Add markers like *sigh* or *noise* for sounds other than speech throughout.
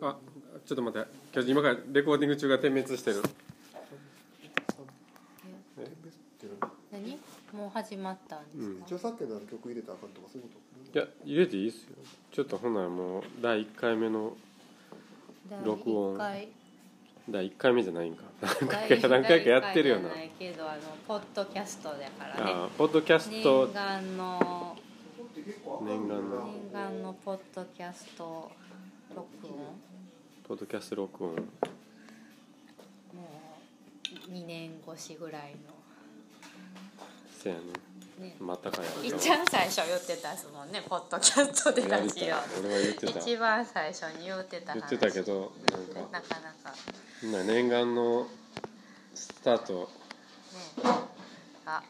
あちょっと待って教授今からレコーディング中が点滅してる何もう始まったんですか、著作権のある曲入れたらあかんとかそういうこといや入れていいっすよちょっとほんならもう第1回目の第録音 *laughs* 一回第1回目じゃないんか何第回一か何回かやってるよな第一回じゃないけどあのポッドキャストだからねあポッドキャスト念願の念願の念願のポッドキャスト録音ポッドキャスト録音もう2年越しぐらいせやねのねまたかやいっちゃん最初言ってたですもんねポッドキャストでやラりジたい俺は言ってオた一言番最初に言ってた話ってたけどなんかなかなかみんな念願のスタートねあ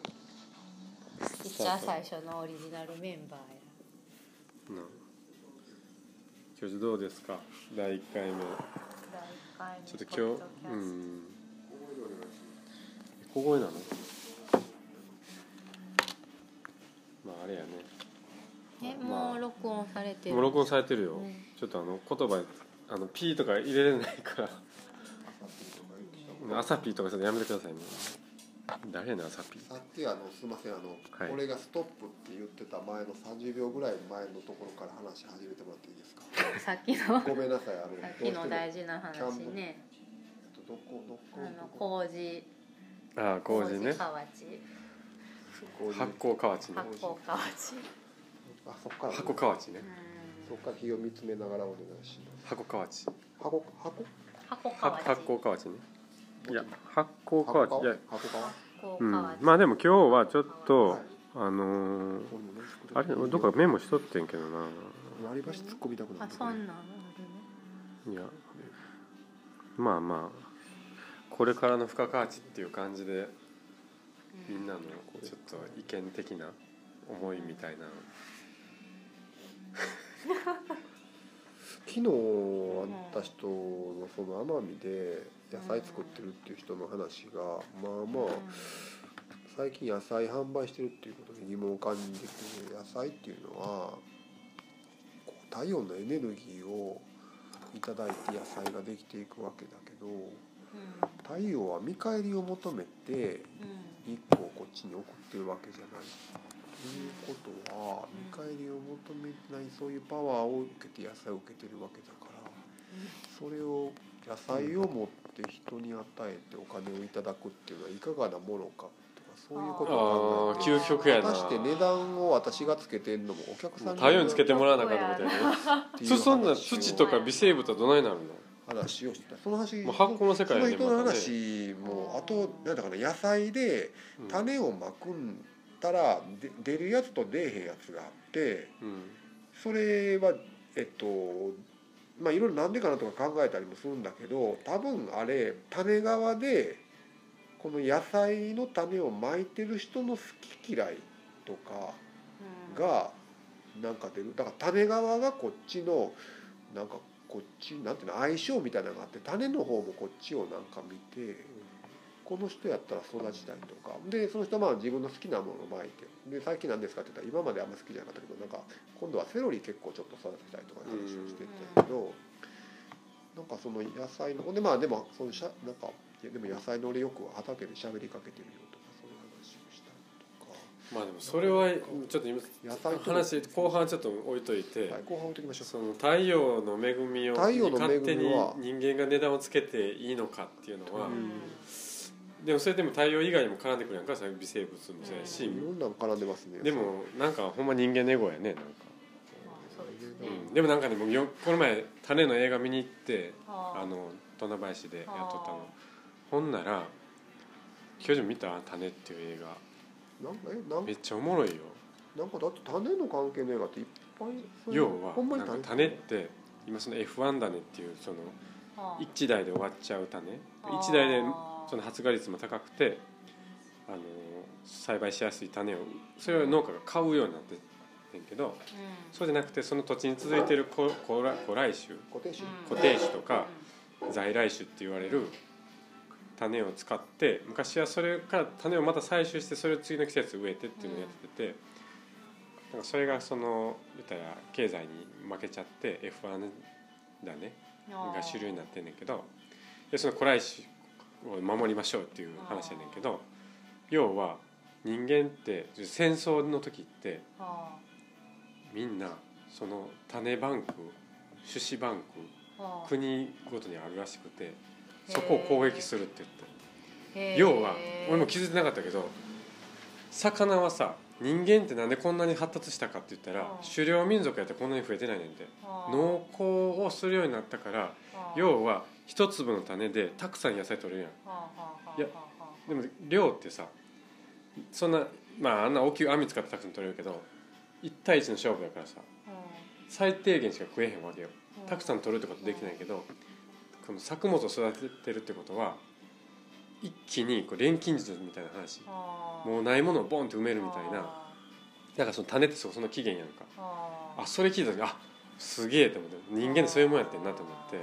いっちゃん最初のオリジナルメンバーやな教授どうですか第1回目第一ちょっと回の今ポッドキ日うャスん小声なのまああれやねトえまあもう録音されてるもう録音されてるよ、ねちょっとあの言葉あのピーとか入れれないからうん朝ピーとかちょっとやめてくださいね誰やねん朝ピーさっきあのすいませんあの、はい俺がストップって言ってた前の30秒ぐらい前のところから話し始めてもらってい *laughs* いですかさっきのさごめんなさいあのっきの大事事な話ねどこどあこの麹ああ麹ね河内こういう発酵河内ね発酵河内あそっから発酵河内ねそっから日を見つめながらお願いします発酵河内箱箱箱は河発内酵河内ねいや発酵河内いや箱かこううん河内まあでも今日はちょっはといあのーここにねあれどっかメモしとってんけどな割り箸突っ込みたくなあったそんなんあいやまあまあこれからの付加価値っていう感じでるみねんなのちょっと意見的な思いみたいな昨日会った人のその奄美で野菜作ってるっていう人の話がまあうんまあ最近野菜販売してるっていうことに疑問を感じてくる野菜っていうのはこう太陽のエネルギーをいただいて野菜ができていくわけだけど太陽は見返りを求めてうんうん日光をこっちに送ってるわけじゃない。ということは見返りを求めないそういうパワーを受けて野菜を受けてるわけだからそれを野菜を持って人に与えてお金をいただくっていうのはいかがなものかとかそういうことをああ考えて究極や果なたして値段を私がつけてんのもお客さん太陽につけててもらわなあかんってことやねっ *laughs* てそいうそんな土とか微生物はどないなるの話をしてたその話もう発酵の世そ界やのね人まのたね話もあとなんだかな野菜でうん種をまくんたらで出るやつと出えへんやつがあってうんそれはえっとまあいろいろなんでかなとか考えたりもするんだけど多分あれ種側でこの野菜の種をまいてる人の好き嫌いとかうんがなんか出るだから種側がこっちのなんかこっちなんていうの相性みたいなのがあって種の方もこっちをなんか見てこの人やったら育ちたいとかでその人はまあ自分の好きなものをまいてで最近何ですかって言ったら今まであんま好きじゃなかったけどなんか今度はセロリ結構ちょっと育てたいとかいう話をしてたけどなんかその野菜のほんでまあでもそのしゃなんかいやでも野菜の俺よく畑で喋りかけてるよとかそういう話をしたりとか。まあでもそれはちょっと今野菜と話後半ちょっと置いといて、はい、後半置いときましょうその太陽の恵みを太陽の勝恵手にみは人間が値段をつけていいのかっていうのは、うんでもそれでも太陽以外にも絡んでくるやんかさ微生物もそうやし、いろんなの絡んでますね。でもなんかほんま人間のエゴやねなんか、まあそうですうねうんでもなんかでもよこの前種の映画見に行ってはあの富田林でやっとったはのあほんなら「教授見た種」っていう映画なんかえなんめっちゃおもろいよなんかだって種の関係の映画っていっぱいそういう要はほんまになんか種って今その F1 種っていうそのはあ1台で終わっちゃう種あー1台でその発芽率も高くてあの栽培しやすい種をそれを農家が買うようになってんけどうそうじゃなくてその土地に続いてる古古来古来種固定種、ん固定種とか在来種って言われる種を使って昔はそれから種をまた採取してそれを次の季節植えてっていうのをやってて、なんかそれがその言ったら経済に負けちゃって F1 だねが主流になってんねんけどでその古来種を守りましょうっていう話やねんけど要は人間って戦争の時ってあみんなその種バンク種子バンーあクー国ごとにあるらしくてそこを攻撃するって言って。へー要は俺も気づいてなかったけど魚はさ人間ってなんでこんなに発達したかって言ったらうん狩猟民族やってこんなに増えてないねんであー農耕をするようになったからあー要は一粒の種でたくさん野菜取れるやんはあはあはいやはあはあでも漁ってさそんなまああんな大きい網使ってたくさん取れるけど1対1の勝負だからさ最低限しか食えへんわけようたくさん取るってことできないけどこの作物を育ててるってことは一気にこう錬金術みたいな話もううないものをボンって埋めるみたいなあだからその種ってその起源やんかーあーあそれ聞いた時あすげえと思って人間ってそういうもんやってんなと思って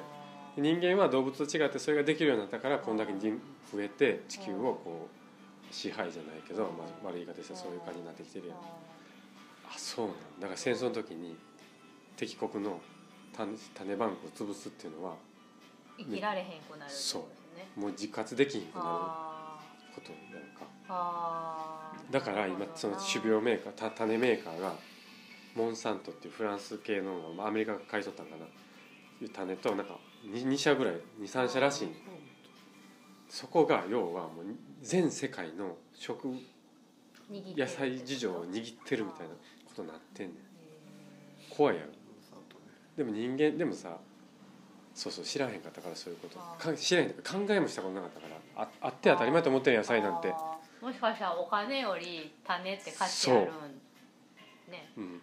で人間は動物と違ってそれができるようになったからこんだけ人増えて地球をこう支配じゃないけど、まあ、悪い言い方したらそういう感じになってきてるやんあそうなんだから戦争の時に敵国の種種バンクを潰すっていうのは生きられへんくなるってことですそうねもう自活できひんくなあることやんかーあーだから今その種苗メーカーた種メーカーがモンサントっていうフランス系のまあアメリカが買い取ったんかないう種となんか 2, 2社ぐらい23社らしいんそこが要はもう全世界の食握ってる野菜事情を握ってるみたいなことになってんねんへ怖いやろさんとねでも人間でもさそうそう知らへんかったからそういうことあーか知らへんとか考えもしたことなかったからああって当たり前と思ってるー野菜なんてあーもしかしたらお金より種って価値あるんねうん、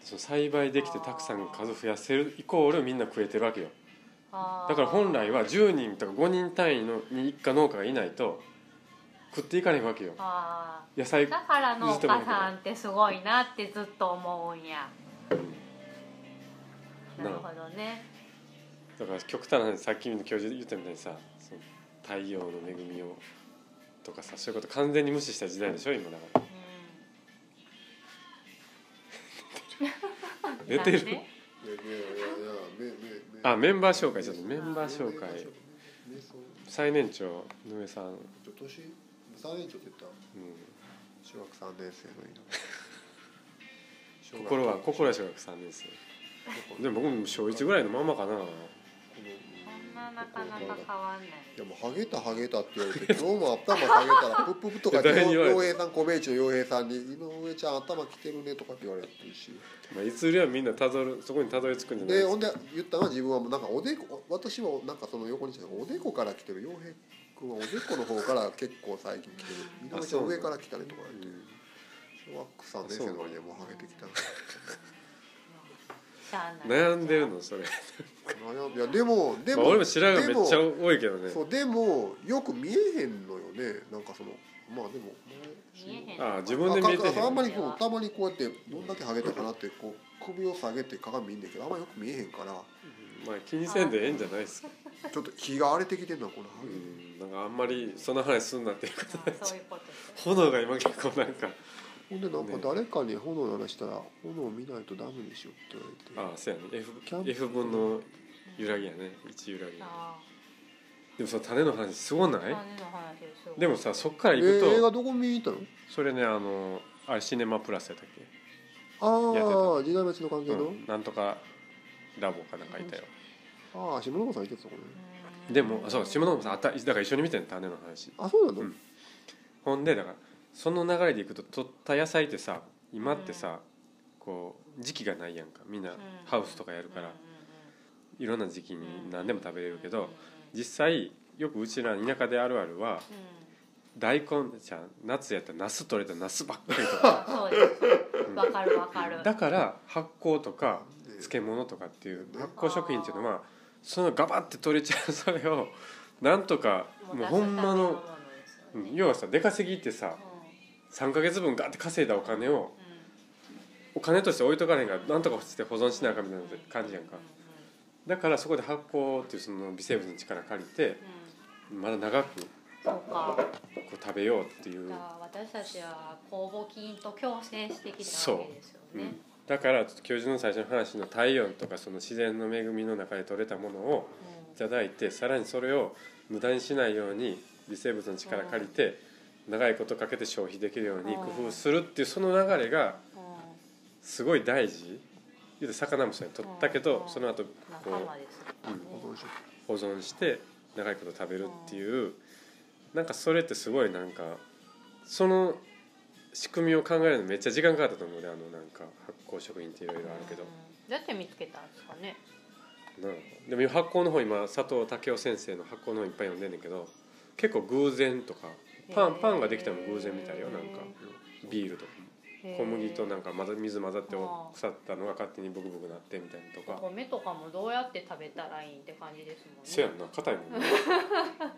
その栽培できてたくさん数増やせるイコールみんな食えてるわけよあーだから本来は10人とか5人単位のに一家農家がいないと食っていかないわけよあ野菜ーだから農家さんってすごいなってずっと思うんやうんなるほどねだから極端な話さっきの教授言ったみたいにさその太陽の恵みをとかさそういうこと完全に無視した時代でしょ今だから *laughs* うん寝てるなんでいやいやいやいやめめめあメンバー紹介ちょっとメンバー紹介瞑想最年長野上さん、うん、ちょっと年三年長って言った小学三年生の犬小学心は心は小学3年生でも僕も小1ぐらいのまんまかなこんななかなか変わんないでもハゲたハゲたって言われて今日も頭ハゲたらプップップとか言っ誰てに言われた洋平さん小明一の洋平さんに「井上ちゃん頭きてるね」とかって言われてるしまあ、いつよりはみんなたどるそこにたどり着くんじゃないでかほんで言ったのは自分はもうなんかおでこ私はなんかその横にいたおでこから来てる洋平君はおでこの方から結構最近来てる井上ちゃん上から来たねとか言って小学三年生のにはもうハゲてきたしゃあない悩んでるのそれ、悩んでいやでもでまあ、も俺も白髪めでっちゃも多いけどねそうでもよく見えへんのよねなんかそのまあでも見えへんああ自分で見えてへあかあんんまりこうたまにこうやってどんだけハゲたかなってこう首を下げて鏡見んだけどあんまりよく見えへんからまあ気にせんでええんじゃないっすかちょっと気が荒れてきてんのこのハうゲ、んなんかあんまりその話すんなっていうかまあそういうことです炎が今結構なんかほんでなんか誰かに炎の話したら「炎を見ないとダメでしょ」って言われてああそうやねキャン F, F 分の揺らぎやね1揺らぎあでもその種の話すごなあい種の話すごいでもさそっからえ行ー映くと画どこ見に行ったのそれねあのあれシネマプラスやったっけ、やってああ時代町の関係の、うん、なんとかラボかなんかいたよああ下野さん行ってたこれうんでもあそう下野もさんあっただから一緒に見てん種の話あそうなの、うんほんでだからその流れでいくと取った野菜ってさ今ってさ、こう時期がないやんかみんなうんハウスとかやるから、うんいろんな時期に何でも食べれるけど、うん実際よくうちら田舎であるあるはうん大根じゃん夏やったらナス取れたナスばっかりと *laughs* かあそうですわかるわかるだから発酵とかで漬物とかっていう発酵食品っていうのはそのガバって取れちゃうそれをなんとかもうほんまの、うん要はさ出稼ぎってさ3ヶ月分ガッて稼いだお金をお金として置いとかないからなんとかして保存しなあかんみたいな感じやんかだからそこで発酵っていうその微生物の力借りてまだ長くこそうかう食べようっていうだから私たちは公募金と共生してきたわけですようねんだからちょっと教授の最初の話の体温とかその自然の恵みの中で取れたものをいただいてさらにそれを無駄にしないように微生物の力借りて長いことかけて消費できるように工夫するっていうその流れがすごい大事言うて魚もそうやん取ったけどその後こう仲間ですからね保存食保存して長いこと食べるっていうなんかそれってすごいなんかその仕組みを考えるのめっちゃ時間かかったと思うであのなんか発酵食品っていろいろあるけどうんどうやって見つけたんですかねなあでも発酵の方今佐藤武雄先生の発酵の本いっぱい読んでんねんけど結構偶然とかパンパンができたのも偶然みたいよなんかビールとかも小麦となんか混ざ水混ざってあー腐ったのが勝手にブクブクなってみたいなとおか米とかもどうやって食べたらいいんって感じですもんねせやんな硬いもん *laughs* なあほんん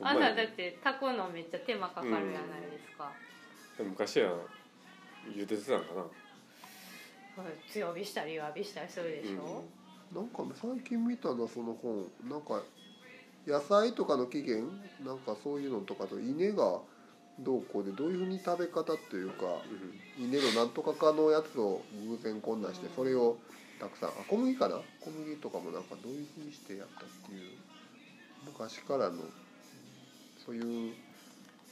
まなやだって炊くのめっちゃ手間かかるじゃないですか、でも昔は茹でてたんかな強火したり弱火したりするでしょ、なんかね最近見たなその本なんか野菜とかの起源なんかそういうのとかと稲がどうこうでどういうふうに食べ方っていうかう稲のなんとかかのやつを偶然こんなんしてうんそれをたくさんあ小麦かな小麦とかもなんかどういうふうにしてやったっていう昔からのそういう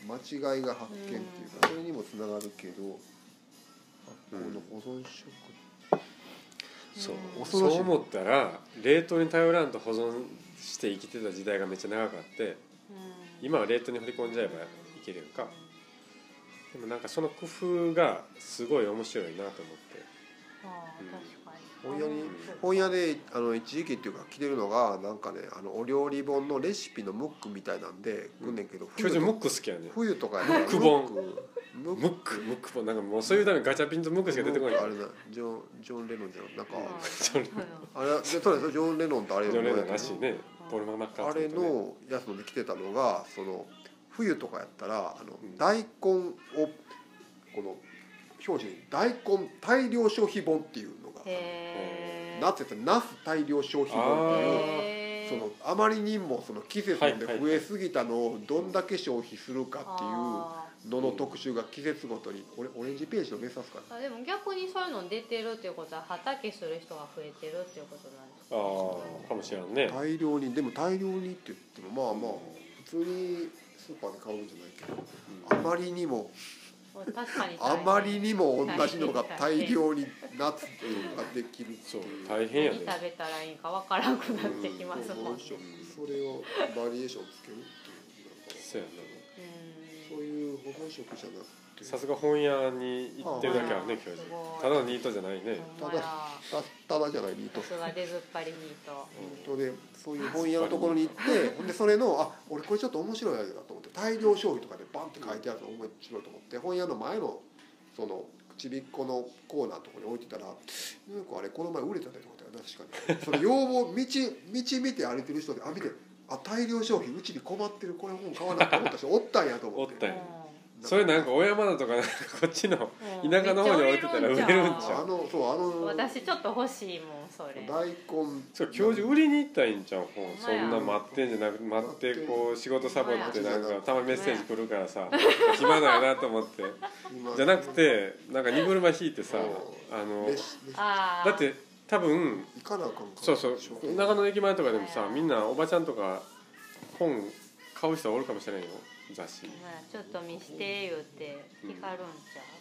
間違いが発見っていうかそれにもつながるけど発酵の保存食そううん恐ろしいそう思ったら冷凍に頼らんと保存して生きてた時代がめっちゃ長かってうん今は冷凍に掘り込んじゃえばいけるやんかでもなんかその工夫がすごい面白いなと思ってああうん確かにほんやりうん本屋であの一時期っていうか着てるのがなんかねあのお料理本のレシピのムックみたいなんでうんくんねんけど、教冬授とムック好きやね冬とかやからムック本ムックムックムックもなんかもうそういうためにガチャピンとムックしか出てこないあれだジョンジョン・レノンじゃんなんか、それうんあれでそうですジョン・レノンとあれジョン・レノンらなしいねうんポルマンマッカあーれトとねのやつので着てたのがその冬とかやったらあの、うん大根をこの表示に「大根大量消費本」っていうのが *laughs* へえ夏やったら「ナス大量消費本」っていう。へえそのあまりにもその季節で増えすぎたのをどんだけ消費するかっていあうのの特集が季節ごとに俺オレンジページの目指すかーあでも逆にそういうの出てるっていうことは畑する人が増えてるっていうことなんですあかあかもしれんねら大量にでも大量にって言ってもまあまあ普通にスーパーで買うんじゃないけどあまりにも確かにあまりにも同じのが大量に夏っていうのができるってそういう大変や何で食べたらいいかわからなくなってきますもんねそれをバリエーションつけるっていうなんかそうやねうんそういう保存食じゃなくてさすが本屋に行ってるだけあるねあー教授すごいただのニートじゃないねほんまやたただじゃないニートさすが出ずっぱりニートそれでそういう本屋のところに行ってほんでそれのあ俺これちょっと面白いやつだと思って大量消費とかでバンって書いてあるの面白いと思って本屋の前のそのちびっこのコーナーのところに置いてたらなんかあれこの前売れたねとかって確かにその要望道道見て歩いてる人であ見てあ大量消費うちに困ってるこれ本買わなと思った人おったんやと思っておったんやうそれなんか小山田とかなんかこっちのん田舎の方に置いてたら売れるんちゃうあのそうあの私ちょっと欲しいもんそれ大根そう教授売りに行ったらいいんちゃう本ほそんまやんな待ってんじゃなく待ってこう仕事サボってなんかたまにメッセージ来るからさ暇だよなと思って今じゃなくてなんか荷車引いてさうあのレシレシああだって多分行かなあかんからそうそう長野駅前とかでもさうんみんなおばちゃんとか本買う人はおるかもしれないよ雑誌まあちょっと見して言うてうん光るんちゃ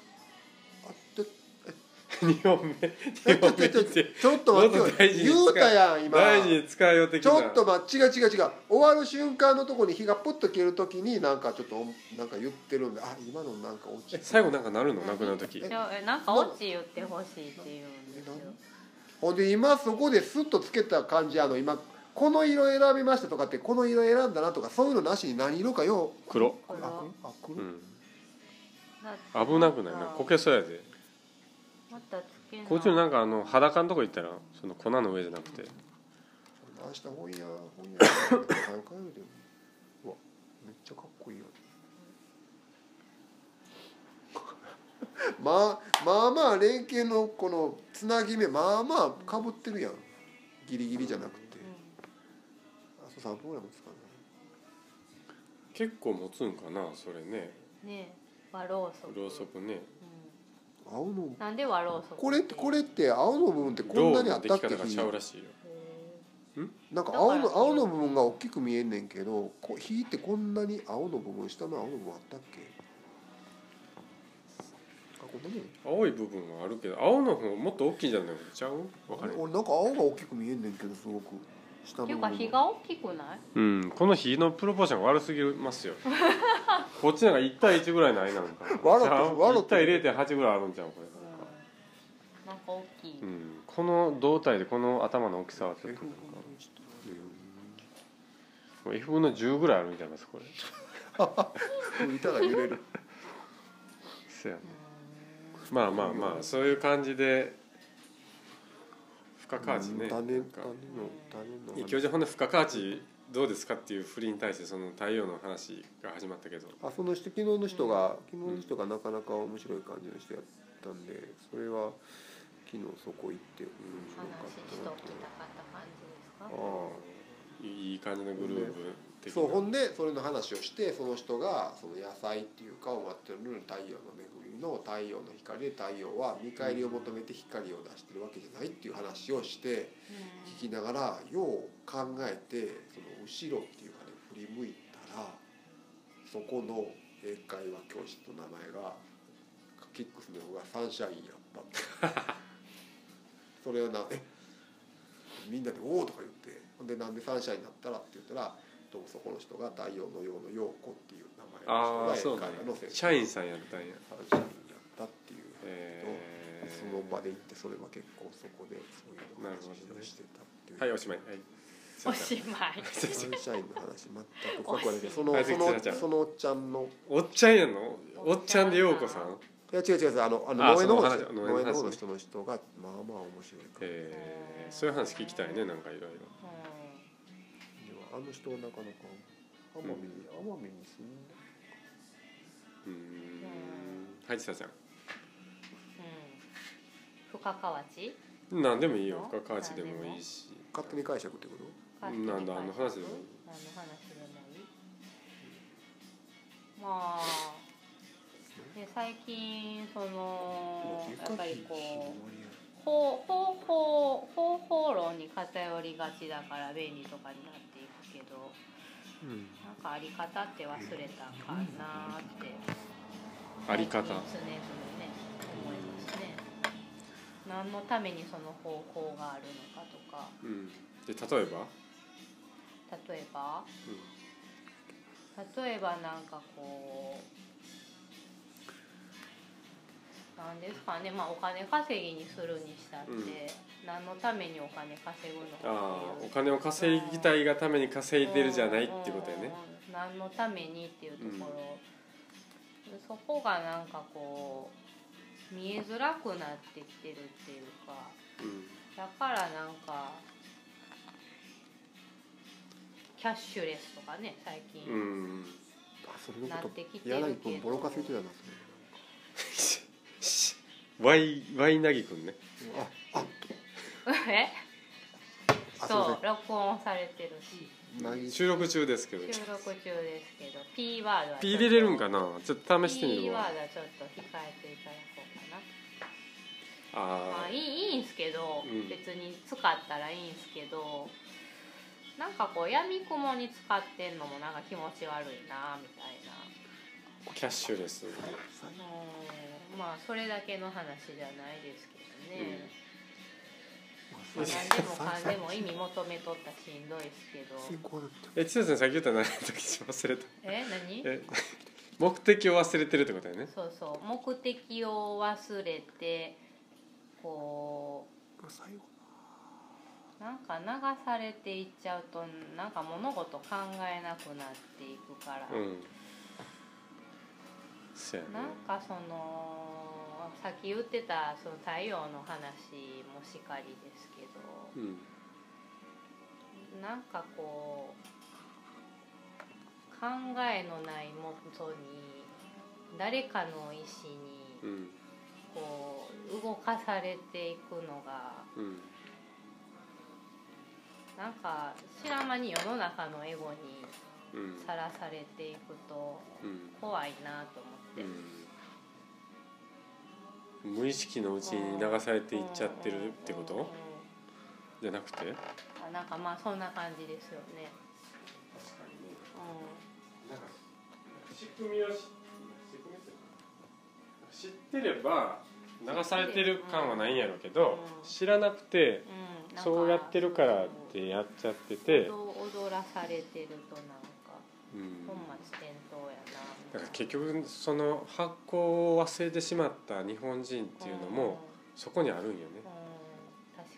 あで *laughs* 2本目え2ちょ本ち目ょっちょてちょっと待ってどうぞ大事に使え言うたやん今大事に使いよ的ちょなっと待って違う違う違う終わる瞬間のとこに火がプッと消えるときになんかちょっとなんか言ってるんであ今のなんか落ちえ最後なんかなるのなくなる時うちょえなんかオチ言ってほしいって言うんですよほんで今そこでスッとつけた感じあの今この色選びましたとかってこの色選んだなとかそういうのなしに何色かよう黒あ黒あ黒、うんだって危なくないなんかこけそうやでまたつけなこっちのなんかあの裸のとこ行ったらその粉の上じゃなくて明日本屋本屋早く帰るでうわめっちゃかっこいいやん *laughs* まあまあまあ連携のこのつなぎ目まあまあかぶってるやんギリギリじゃなくてうあそう3分ぐらいもつかな結構持つんかなそれねんねえまあろうそくろうそくねうん青のなんで割ろうそこれってこれっへて青の部分ってこんなにあったっけローのでき方がちゃうらしいよえなんか青の青の部分が大きく見えんねんけどこう引いてこんなに青の部分下の青の部分あったっけあこんなもん青い部分はあるけど青の方もっと大きいんじゃないのちゃうわかる俺なんか青が大きく見えんねんけどすごく下のってい部う分か日が大きくないうんこの日のプロポーション悪すぎ *laughs* ますよこっちなんか1対1ぐらいないなんか笑ってちゃう笑1って対0.8ぐらいあるんじゃんこれうんなんか大きい、うんこの胴体でこの頭の大きさはちょっとなんか F 分の10ぐらいあるんじゃないですかこれうん板が揺れるそやねまあまあまあそういう感じで付加価値ねな種種んのか種の教授ほんで付加価値どうですかっていう不倫に対してその太陽の話が始まったけどあその人昨日の人が昨日の人がなかなか面白い感じの人やったんでそれは昨日そこ行って面話白かしったとなきとたかった感じですかああいい感じのグループ的なそうほんでそれの話をしてその人がその野菜っていうかを祭る太陽の恵みの太陽の光で太陽は見返りを求めて光を出してるわけじゃないっていう話をして聞きながらよう考えてその後ろっていうかね振り向いたらそこの英会話教室の名前がキックスの方がサンシャインやったって *laughs* それをな「えみんなで「おお!」とか言ってほんで「なんでサンシャインになったら?」って言ったらどうもそこの人が「太陽のようの陽子」っていう名あ前のあそ人うがね英会話の先生社員さんやったんやサンシャインやったっていう。えーその場で行ってそれは結構そこでそういうのを話をしてたっていう。はいおしまいはいおしまいすいまサせんンシャインの話全くかっこ悪いけどそはのいそ鈴木ちゃのんそのおっちゃんのおっちゃんやのおっちゃんでようこさんいや違う違う違うあのああの農園の方のそ人のお話農農園の園の話方ねの人の人がまあまあ面白いから、えーそういう話聞きたいねなんかいろいろうあの人はなかなか奄美に奄美に住んでうーんはいちさちゃんうん深川地んなんでもいいよ深川地でもいいし勝手に解釈ってことなんだあの話でもあの話でもいいまあで最近そのやっぱりこう方方法方法論に偏りがちだから便利とかになっていくけどうんなんかあり方って忘れたかなってあり方常々ね思いますね何のためにその方法があるのかとかうんで例えば例えば例えばなんかこうなんですかねまあお金稼ぎにするにしたって、うん何のためにお金稼ぐのあかあおっていう金を稼ぎたいがために稼いでるじゃないってことやうんねうん何のためにっていうところ、そこがなんかこう見えづらくなってきてるっていうかうんだからなんかキャッシュレスとかね最近、うんあそれのなっこてきてとるけど柳君ボロカス言ってたなワイワイナギくんねそれああえあそう録音されてるしすいませんない収録中ですけど収録中ですけど P ワードはピー入れれるんかななちょっと試してみ P るワわードはちょっと控えていただこうかなまああいいいいんすけど、うん別に使ったらいいんすけどなんかこうやみくもに使ってんのもなんか気持ち悪いなみたいなあキャッシュレスあのーまあそれだけの話じゃないですけどね、うんまあ何でもかんでも意味求めとったらしんどいですけ *laughs* ど成功だったえちさちゃん先言ったら何やったっけ忘れたえ何え *laughs* 目的を忘れてるってことやねそうそう目的を忘れてこ最後うなんか流されていっちゃうとなんか物事考えなくなっていくから、うんそうやねなんかそのさっき言ってたその太陽の話もしかりですけどうんなんかこう考えのないもとに誰かの意思うにんこう動かされていくのがうんなんか知らん間に世の中のエゴにうんさらされていくとうん怖いなと思って、うん無意識のうちに流されていっちゃってるってこうんうんとじゃなくてうんあなんかまあそんな感じですよね、なんか仕組みをし仕組みっていうか知ってれば流されてる感はないんやろうけど、うん知らなくてうんうん、なんかそうやってるからってやっちゃってて、踊踊らされてるとなんかうん、本末転倒やなみただかいなら結局その発酵を忘れてしまった日本人っていうのもそこにあるんよねうん、うん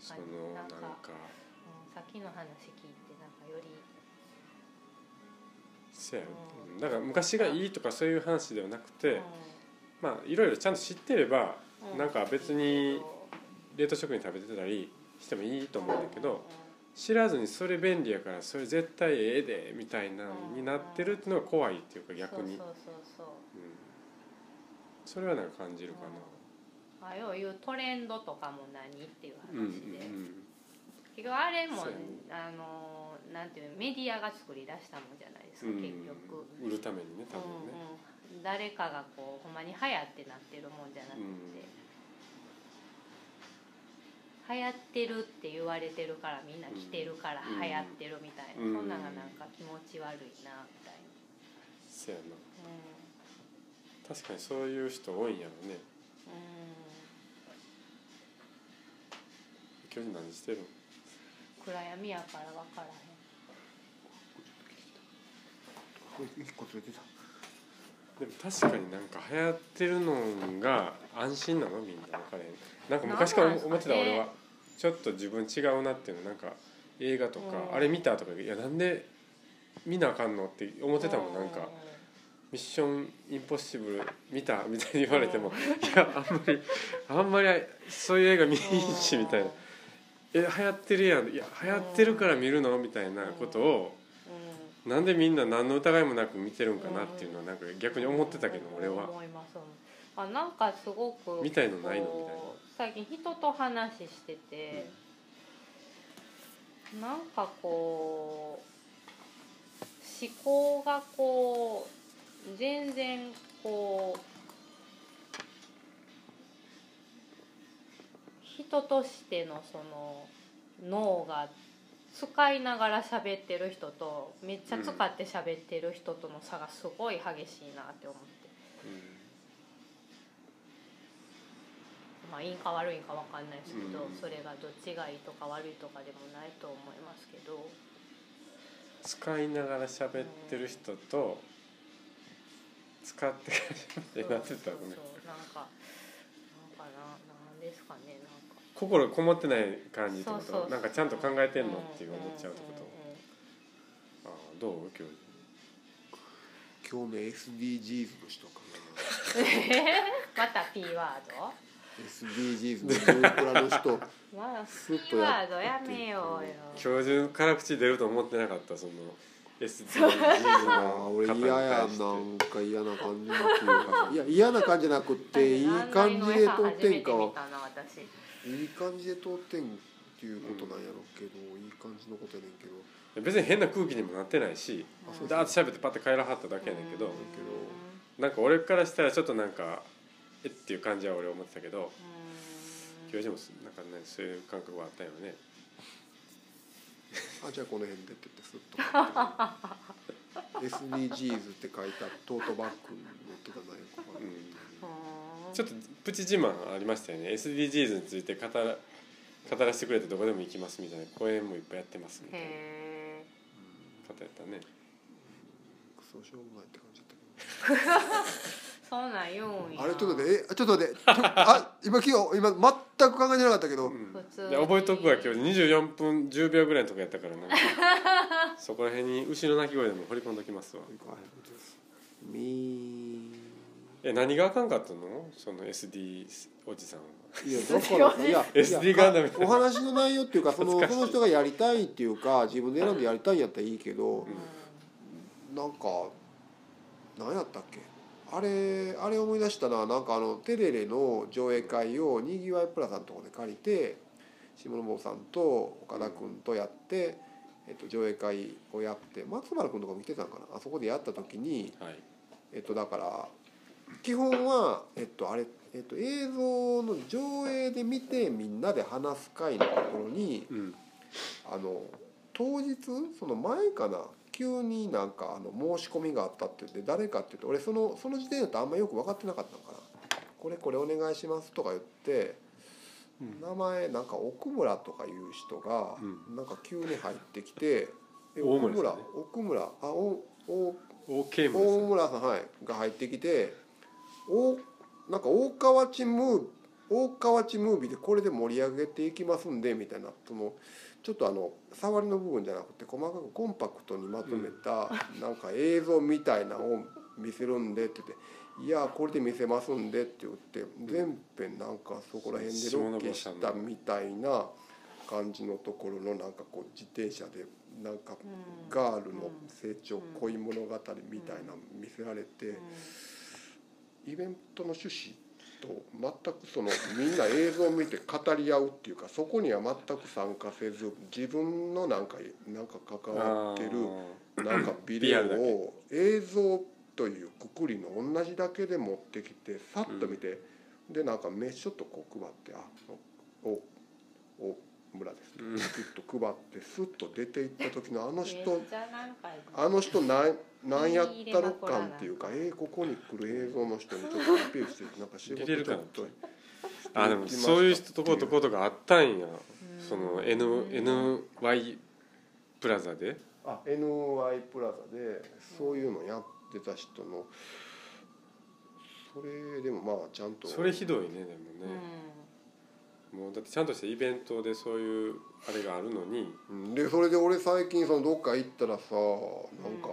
そ確かのにななんんかかうん、さっきの話聞いてなんかよりせやろうだから昔がいいとかそういう話ではなくてまあいろいろちゃんと知ってればうなんか別にいいけど冷凍食品食べてたりしてもいいと思うんだけど知らずにそれ便利やからそれ絶対ええでみたいなのになってるっていうのが怖いっていうか逆に、うんそう、そうそうそれはなんか感じるかそうあ要はいうトレンドとかも何っていうな。うん話で、結局あれもそうやねあのなんていうのメディアが作り出したもんじゃないですうか、んうん結局、うん、売るためにね多分ね、うんうん、誰かがこうほんまに流行ってなってるもんじゃなくて、流行ってるって言われてるからみんな来てるからうん流行ってるみたいな、うんそんなんがなんか気持ち悪いなみたいな、せやなうん確かにそういう人多いんやろねう今日何してるのん暗闇やから分からへこれ一個連れてたでも確かになんか流行ってるのが安心なのみんな分かれへんなんか昔から思ってたなんなんすかね俺はちょっと自分違うなっていうのなんか映画とかうんあれ見たとかいやなんで見なあかんのって思んってたもんなんか「ミッションインポッシブル見た?」みたいに言われてもいやあんまりあんまりそういう映画見 *laughs* えへんしみたいな「え流行ってるやん」いや流行ってるから見るのみたいなことをなんでみんな何の疑いもなく見てるんかなっていうのはなんか逆に思ってたけど俺は。思いますあなんかすごくみたいのないのこうみたいな最近人と話してて、なんかこう思考がこう全然こう人としてのその脳が使いながら喋ってる人とめっちゃ使って喋ってる人との差がすごい激しいなって思って、まあいいんか悪いんか分かんないですけど、うんそれがどっちがいいとか悪いとかでもないと思いますけど。使いながら喋ってる人と使ってから喋ってなってたのねそうそうそうなんかなんかななんですかねなんか心こもってない感じってこそうそうとそうなんかちゃんと考えてんのうんっていう思っちゃうってことうんうんああどうんう今日今日の SDGs の人かなまた P ワード SDGs のプロプラの人まあス P ワードやめようよ教授から口出ると思ってなかったその *laughs* SDGs あの俺方に嫌やな対んしてか嫌な感じのっていうかいや嫌な感じじゃなくっていい感じで通ってんか初めて見はたな私いい感じで通ってんっていうことなんやろうけど、いい感じのことやねんけど別に変な空気にもなってないしあそうですダーッと喋ってパッて帰らはっただけやねんけどうんなんか俺からしたらちょっとなんかえっていう感じは俺思ってたけど教授もなんかねそういう感覚はあったよねあじゃあこの辺でっ *laughs* て言ってスッと SDGs って書いたトートバッグに持ってたな横から、うんうんちょっとプチ自慢ありましたよね SDGs について語ら語らせてくれてどこでも行きますみたいな講演もいっぱいやってますみたいなへ方やったねクソしょうもないって感じだったけーそうなん言うんやどあれちょっと待ってえちょっと待ってちょあ今昨日今全く考えてなかったけど、普通にで覚えとくわ今日24分10秒ぐらいのとこやったから *laughs* なんかそこら辺に牛の鳴き声でも掘り込んどきますわみえ何があかんかったのその SD おじさんはいやだからさいや SD いやガンダムみたいなお話の内容っていうかその懐かしいその人がやりたいっていうか自分で選んでやりたいんやったらいいけど、うんなんか何やったっけあれあれ思い出したななんかあのテレレの上映会をにぎわいプラザのとこで借りて下坊さんと岡田君とやって、えっと、上映会をやって松原君とかも来てたんかなあそこでやった時に、はいえっと、だから基本はえっとあれ、えっと、映像の上映で見てみんなで話す会のところにうんあの当日その前かな急になんかあの申し込みがあったって言って誰かって言って俺そのその時点だとあんまよく分かってなかったのかな「これこれお願いします」とか言ってうん名前なんか奥村とかいう人がうなんか急に入ってきて「え大奥森さ村んね奥村あおお OK も大村さん、はい、が入ってきておなんか大河内ムー大河内ムービーでこれで盛り上げていきますんでみたいなそのちょっとあの触りの部分じゃなくて細かくコンパクトにまとめた、なんか映像みたいなのを見せるんでって言って「いやこれで見せますんで」って言って全編なんかそこら辺でロケしたみたいな感じのところのなんかこう自転車でなんかうんガールうのん成長恋物語みたいなの見せられてイベントの趣旨と全くそのみんな映像を見て語り合うっていうかそこには全く参加せず自分のなんかなんか関わってるなんかビデオを映像というくくりの同じだけで持ってきてさっと見て、でなんかメッシュとこう配ってあおおお村ですうんピッと配ってスッと出て行った時のあのめ人っちゃなんかあの人なんなんやったろ感っていうかえー、ここに来る映像の人にちょっとアピールしてなんか仕事ちょっとあでもそういう人とことことがあったんやその N うん NY プラザであ NY プラザでそういうのやってた人のそれでもまあちゃんとそれひどいねでもうんね、もうだってちゃんとしたイベントでそういうあれがあるのにうんでそれで俺最近そのどっか行ったらさなんうか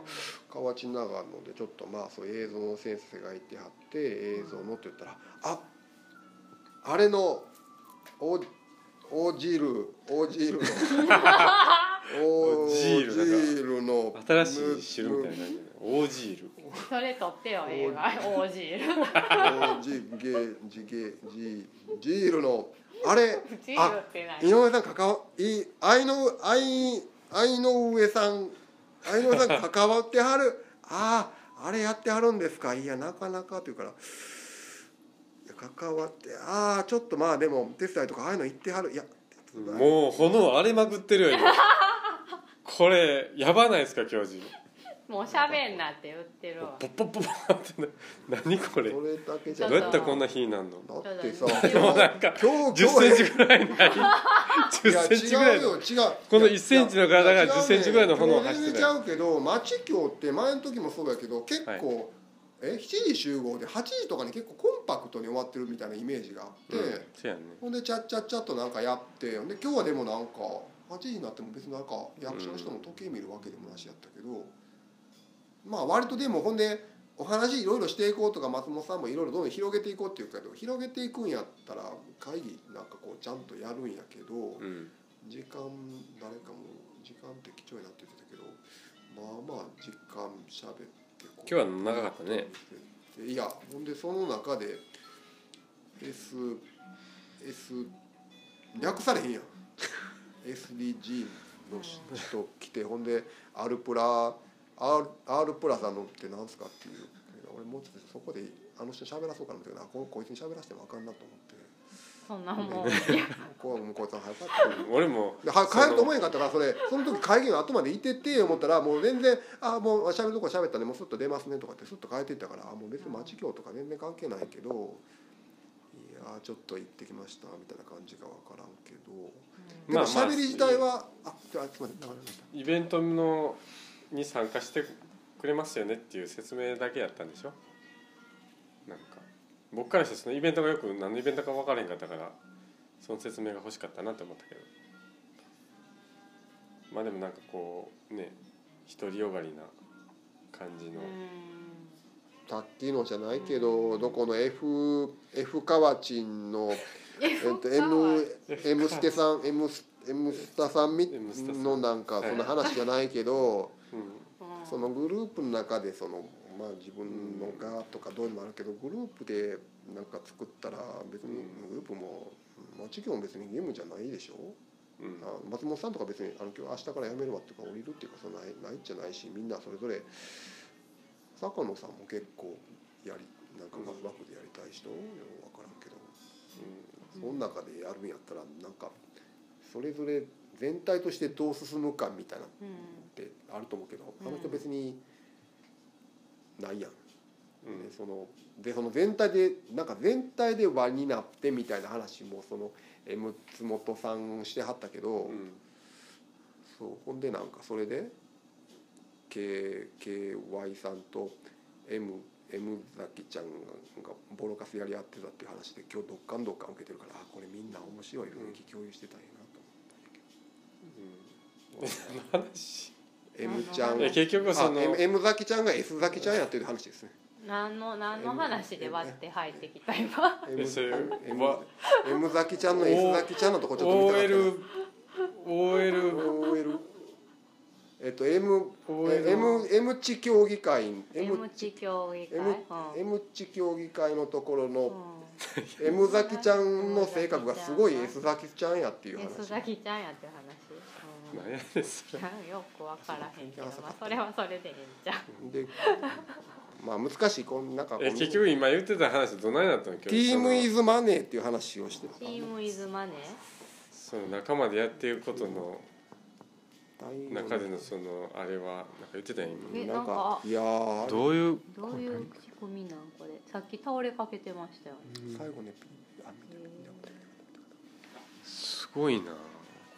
河内長野でちょっとまあそういう映像の先生がいてはって映像のって言ったら「ああれのおおジールおジー *laughs* ルのおジールだおジからールの新しい汁みたいな感じでオージールそれ撮ってよ映画王子いるおジゲジゲジジールのあ *laughs* れジールあってない井上さん関わい愛の愛愛の上さん愛の上さん関わってはる *laughs* あああれやってはるんですかいやなかなかというからいや関わってああちょっとまあでも手伝いとかああいうの言ってはるいやもう炎荒れまくってるよ今これやばないですか教授もうしゃべんなって言ってるわポッポッポッポッってな何これそどれだけじゃうなやだったらこんな日になるのってさちょっともうなんか今日10今日センチぐらいない10センチぐらいいや違うのよ違うこの1センチの体が10センチぐらいの炎を発しててたちよゃうけど町京って前の時もそうだけど結構、はいえ7時集合で8時とかに結構コンパクトに終わってるみたいなイメージがあって、うんそうやねほんでチャッチャッチャッとなんかやってほんで今日はでもなんか8時になっても別になんか役所の人も時計見るわけでもなしやったけど、まあ割とでもほんでお話いろいろしていこうとか松本さんもいろいろどんどん広げていこうっていうけど広げていくんやったら会議なんかこうちゃんとやるんやけど。うん時間誰かも時間って貴重になって言ってたけどまあまあ時間しゃべってこう今日は長かったねいやほんでその中で S S 略され *laughs* へんやん SDG の人来てほんで R プラ R, R プラさんのってなんすかっていう俺もうちょっとそこであの人喋らそうかなみたいなここいつに喋らせてもあかんなと思ってそんなもういやこうもうこいつは早かったよ俺もでは帰ると思うえんかったからそれその時会議の後までいてて思ったらもう全然「あもう喋るとこ喋ったねもうすっと出ますね」とかってすっと帰っていったからあ「もう別に町業とか全然関係ないけどいやちょっと行ってきました」みたいな感じが分からんけどでまもあまあ喋り自体は「あじゃあすいません流れましたイベントのに参加してくれますよねっていう説明だけやったんでしょなんか僕からしてそのイベントがよく何のイベントか分からへんかったからその説明が欲しかったなと思ったけどまあでもなんかこうね独りよがりな感じのうん」さっきのじゃないけどどこの F, F 河 *laughs* 内のえっと M M スケさん M ス M スタさんみ M スタさんのなんかそんな話じゃないけど。ううんそのグループの中でその、まあ、自分のがとかどうにもあるけどグループでなんか作ったら別にうんグループも町業も別に義務じゃないでしょ、んうんあ松本さんとか別にあの今日明日から辞めるわっていうか降りるっていうかそんなないないじゃないしみんなそれぞれ坂野さんも結構やりなんかうまくでやりたい人よう分からんけど、その中でやるんやったらなんかそれぞれ全体としてどう進むかみたいなのっうんてあると思うけど、うんあの人別にないやん。うんうんねそのでその全体でなんか全体で輪になってみたいな話もその M 津本さんしてはったけど、うんそうほんでなんかそれで K- KY さんと M, M 崎ちゃんがボロカスやり合ってたっていう話で今日ドッカンドッカン受けてるからあこれみんな面白い雰囲気共有してたんやなとうん、何の話思って、M ちゃん *laughs* うんえ結局そのあ M, M 崎ちゃんが S 崎ちゃんやってる話ですね何の何の話で割って入ってきた今え M, それ M, わ M 崎ちゃんの S 崎ちゃんのとこちょっと見たかったな OL OL OL えっと M OL M M 地協議会 M 地協議会 M, うん M 地協議会のところうのん M ザキちゃんの性格がすごい S ザキちゃんやっていうえ話須崎ちゃんやって話、うん何やねんそれよくわからへんけど、まあ、それはそれでいいんじゃんでまあ難しいこんなんかこえの結局今言ってた話どないなったの今日ティームイズマネーっていう話をしてチームイズマネーそのその仲間でやっていくことの大中でのそのあれはなんか言ってたやん今えななんんかかいやーどういうどういう口コミなんこれさっき倒れかけてましたよね最後ねあ見た見た見たすごいな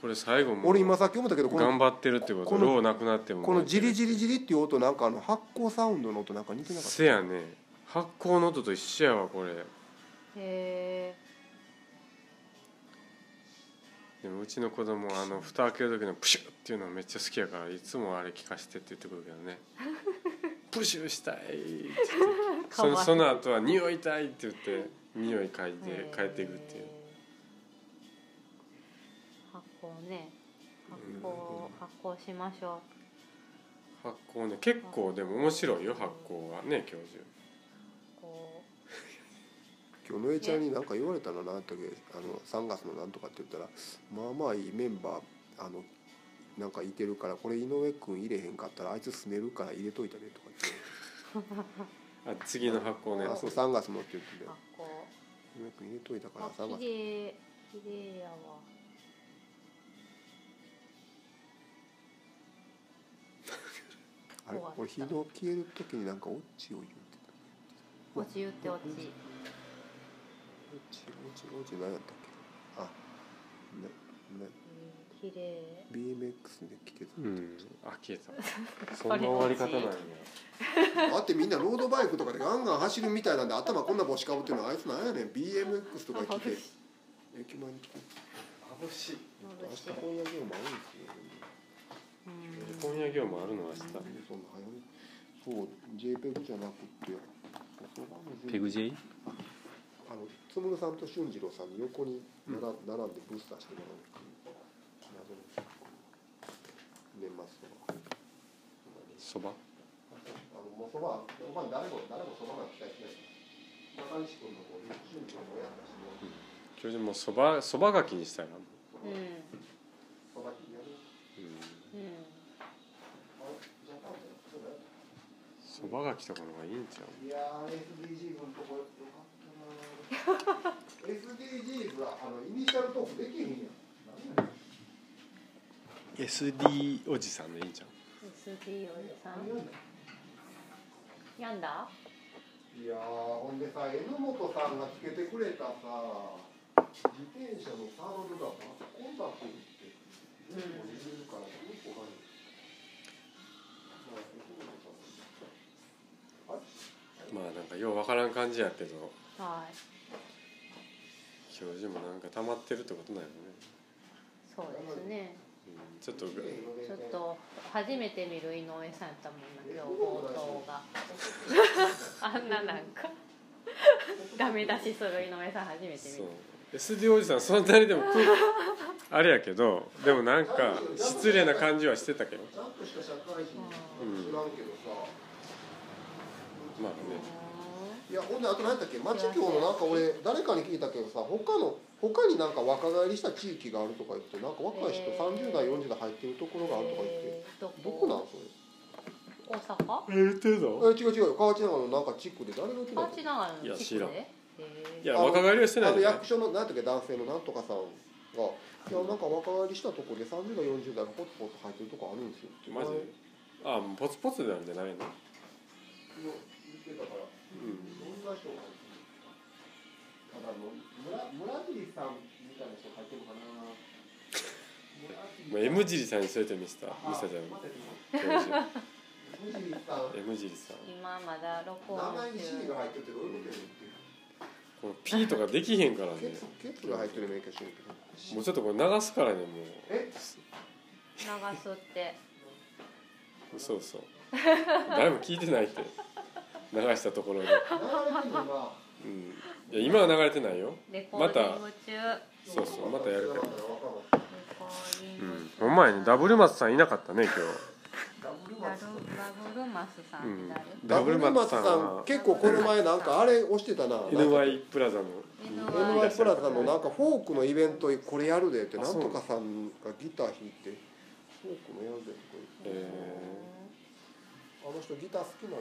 これ最後も俺今さっき思ったけどこ頑の張ってるってこことのローなくなってもこのジリジリジリっていう音なんかあの発光サウンドの音なんか似てなかったせやね発酵の音と一緒やわこれへでもうちの子供あ *laughs* の蓋開ける時のプシュッっていうのめっちゃ好きやからいつもあれ聞かしてって言ってくるけど *laughs* ねプシュしたいって言ってえそのその後は匂いたいって言って匂い嗅いで帰っていくっていう発酵ね発酵発酵しましょ発酵ね結構でも面白いよ発酵はね教授うこ今日のえちゃんに何か言われたのなんだっけあの3月のなんとかって言ったらまあまあいいメンバーあのなんかいてるからこれ井上君入れへんかったらあいつ住めるから入れといたねとかあ次の発酵言ねってあそう3月のって言ってうたよ発酵井上君入れといたからあ綺3月麗綺麗やわあれ俺日の消える時になんかオッチを言うてた落ち言って落ちオッチオッチオッチ何やったっけあなな綺麗 BMX で来てたうんあ消えた *laughs* それんな終わり方なんや欲しだってみんなロードバイクとかでガンガン走るみたいなんで頭こんな帽子かぶってるのあいつなんやねん BMX とか来て駅前に来て眩しい明日本屋業もあるんですよ、うん今夜業務あるのはそんな早いそう JPEG じゃなくてそばの全明日ペグ J? あのつむるさんと俊次郎さんに横になら、並んでブースターしてもらうっていう謎の年末とかそばあのもうそばお前誰も誰もそばなんて期待してない中西君のこう俊次郎の親だしもう教授もうそばそばがきにしたいな、うんそば切りやるうん、うんそばがきとかの方がいいんちゃういやー SDGs のとこよかったなー SDGs はあのイニシャルトークできへんやんなんなん SD おじさんでいいんちゃう SD おじさ何やねん病んだんいやーほんでさ榎本さんがつけてくれたさ自転車のサドルがバッコンバッコンって全部入れるから結構ないまあ榎本さんまあなんかようわからん感じやけどはい教授もなんか溜まってるってことなんやろね、そうですねうん、ちょっとちちょょっと初めて見る井上さんともんな今日冒頭 *laughs* があんななんかダメ出しする井上さん初めて見そうる SD おじさんそんなにでもくあれやけどでもなんか失礼な感じはしてたけどちゃんとした社会人知らんけどさ、まあうねいやほんであと何やったっけ町協のなんか俺誰かに聞いたけどさ他の他になんか若返りした地域があるとか言ってなんか若い人えー30代40代入ってるところーんがあるとか言って、えーどどこなんこそれ大阪え言ってんえの違う違うよ河内長野のなんか地区で誰が言ってたパのーチ長野の地区いや知らんでいえやあの若返りはしてないあのでね役所の何だっけ男性のなんとかさんが「いやなんか若返りしたとこで30代40代がポツポツ入ってるとこあるんですよ」ってマジであもうポツポツなんじゃないのもう言ってたかうらどんな人が入ってるただの村村尻さんみたいな人入ってるのかなん、まあ、M 尻さんに連れて見せた見せたよ *laughs* 教授 M 尻さん M 尻さんー今まだ録音名前に C 中が入っててどういうことやねんっていうこの P とかできへんからねケツケツが入ってる免許証やけどもうちょっとこれ流すからねもえ流すってうそうそう誰も聞いてないって流したところで、流れてるのがうん、いや今は流れてないよレコーディング中、そうそうまたやるからレコーディング中お前にダブルマスさんいなかったね今ダブルダマルスダブルマスさんって誰、うんダブルマスさん結構この前なんかあれ押してたな日 NY プラザの NY プラザのななんかフォークのイベントこれやるでってあなそんうとかさんがギター弾いてフォークのやるでとか言ってえあの人ギター好きなんや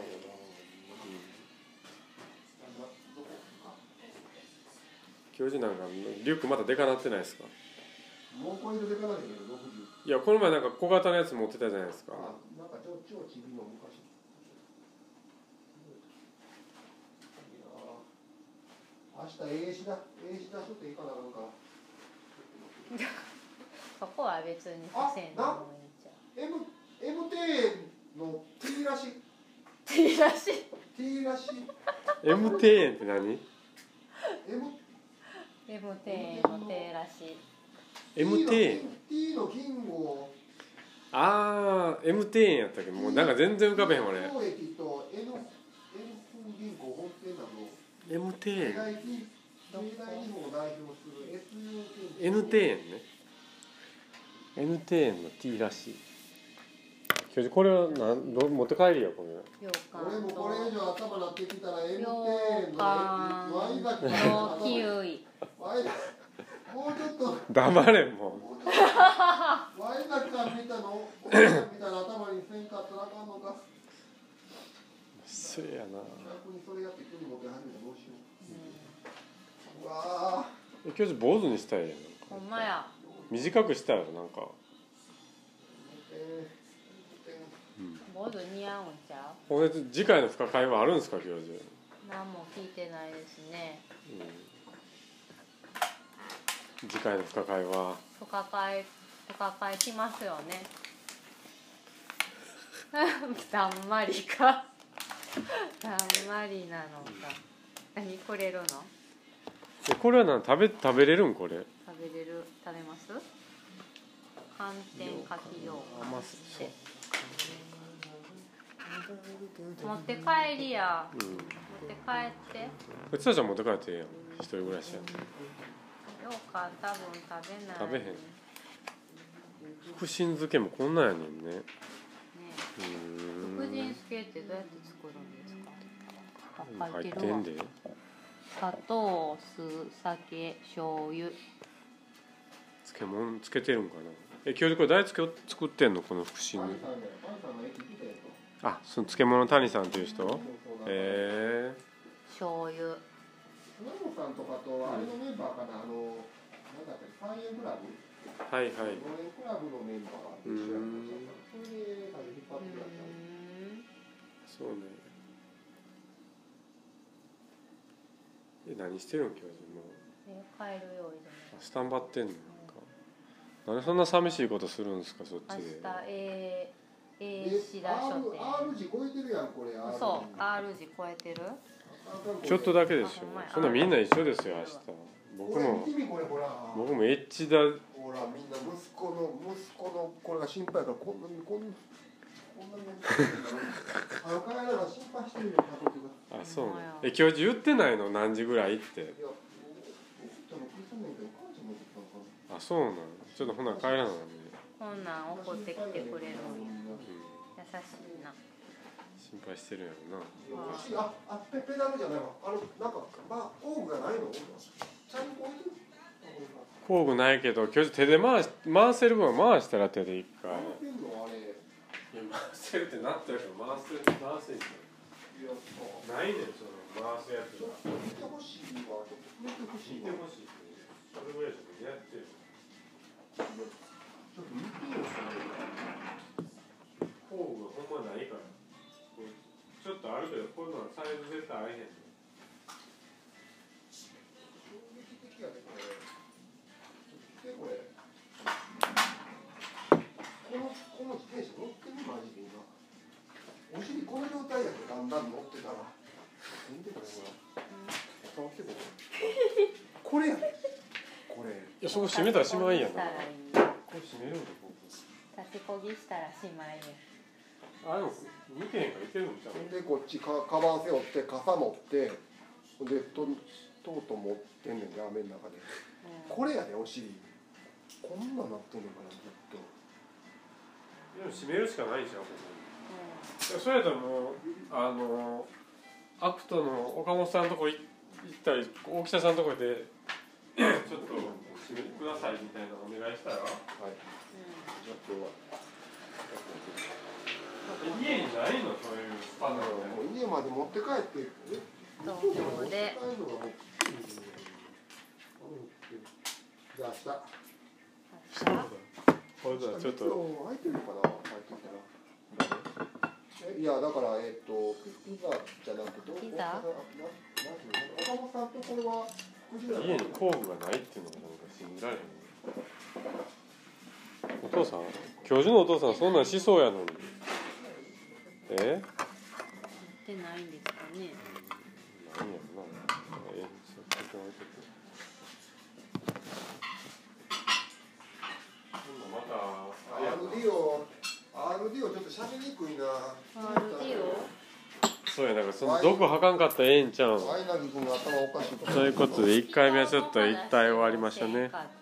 教授なんかリュックまだでかなってないですかなもうこれでかないけど60いやこの前なんか小型のやつ持ってたじゃないですかなんか超超ちびの昔明日 A しだ A しだしとっていいかななんかそこは別にさせんでもいいんちゃ M MT の T らしう T らしい T らし MT 園って何 M M 店の手らしい MT 園 T の銀号ああ MT 園やったけどもうなんか全然浮かべへん俺東駅と N N 本銀行本店など MT 経園済に経済日本を代表する SU NT 園ね NT 園の T らしい教授これはなんどう持って帰るよこれ洋俺館もことれ以上頭なってきたら MT 洋のワイザキ館のキウイワイザもうちょっと黙れももうちょっとワイザキさんみたいのをみたいな頭にせんかったらあかんのかう失礼やな逆にそれやって距離持って始めたらどうしよううわあえ教授坊主にしたいやんほんまや短くしたいよなんかえ坊主似合うんちゃほんで次回の深会はあるんですか教授、う何も聞いてないですねうん、次回の深会は不可解不可解しますよね *laughs* だんまりかだんまりなのか何くれるのえこれはな食べ食べれるんこれ食べれる食べます寒天かきようかんって持って帰りやうん持って帰ってこれちさちゃん持って帰ってええやん一人暮らしやようかん多分食べない食べへんね福神漬けもこんなんやねんねう福神ーん漬けってどうやって作るんですかあ入書っいててるわんで砂糖酢酒醤油漬物つけてるんかなえ教授これ大漬けを作ってんのこの福神漬けあその漬物谷さんという人へえ醤油菅野さんとかとあれのメンバーかな、あのなんだっけ三円クラブはいはい五円クラブのメンバーで一緒やったんちゃうかなそれであれ引っ張うってくだそーさいうねえ何してるん教授もうんえ帰るようにあスタンバってんのなんかなんでそんな寂しいことするんですかそっ明ち日で A A え志田書店 R, R 字超えてるやんこれ R 字そう R 字超えてるちょっとだけでしあほんまやょそんなみんな一緒ですよ明日僕僕もも見てみこれほら僕もエッチだほらみんな息子の息子のこれが心配やからこんなにこんなこんなにあの考えながら心配してるよ家族があそうねほんまやえ教授言ってないの何時ぐらいっていや僕ちゃんも食いそうなんやけど母ちゃんも食いそうなんかなあそうなんちょっとほな帰らなね、こんなん送ってきてくれるんやうん、優しいな心配してるやろなあ、あ、ペペダルじゃないわ。あの、なんか、まあ、工具がないの。ちゃんと置いてる。工具ないけど教授手で回し回せる分は回したら手で一あ回のペンのあれ。いや回せるってなったやつ回せる回せるないねんその回すやつが見てほしいわちょっと見てほ聞いてほしいそれぐらいじゃなくてやってるちょっと見てよ工具ほんまないからこうちょっとあるけどこういうのはサイズ絶対合えへんねん衝撃的やねこれちょっと見てこれこのこの自転車乗ってみマジで今お尻この状態やでだんだん乗ってたら見てこれほら伝わってこれこれやねこれいやそこ閉めたらしまいや立ちこぎしたらないこれ閉めるんだこい立ちこぎしたらしまいですこあでも見てへんからいけるんちゃうほんでこっちかカバン背負って傘持ってほんでととうとう持ってんねんで雨の中でうこれやでお尻こんなんなってんのかなずっとでも閉めるしかないじゃんここんいやそれやったらもうあのアクトの岡本さんのとこい行ったり大北さんのとこでちょっと締めてくださいみたいなお願いしたらはいじゃあ今日は家にないのそういうスパナみあたいのもう家まで持って帰ってえうんうん東京ででじゃあ明日これじゃあちょっと空いてるのかな空いてるかなえいやだからえっ、とピピザじゃなくてピザなななんていうの岡本さんとこれは9時だ家に工具がないっていうのがなんか信じられへんお父さん教授のお父さんそんなんしそうやのにえ出ないんですかなねんやろなえちょっと時間置いとく今度またあれやな RD を RD をちょっと喋りにくいな RD をそうやだからその毒吐かんかったらええんちゃうんアイナギ君が頭おかしいとということで1回目はちょっと一体終わりましたねここまで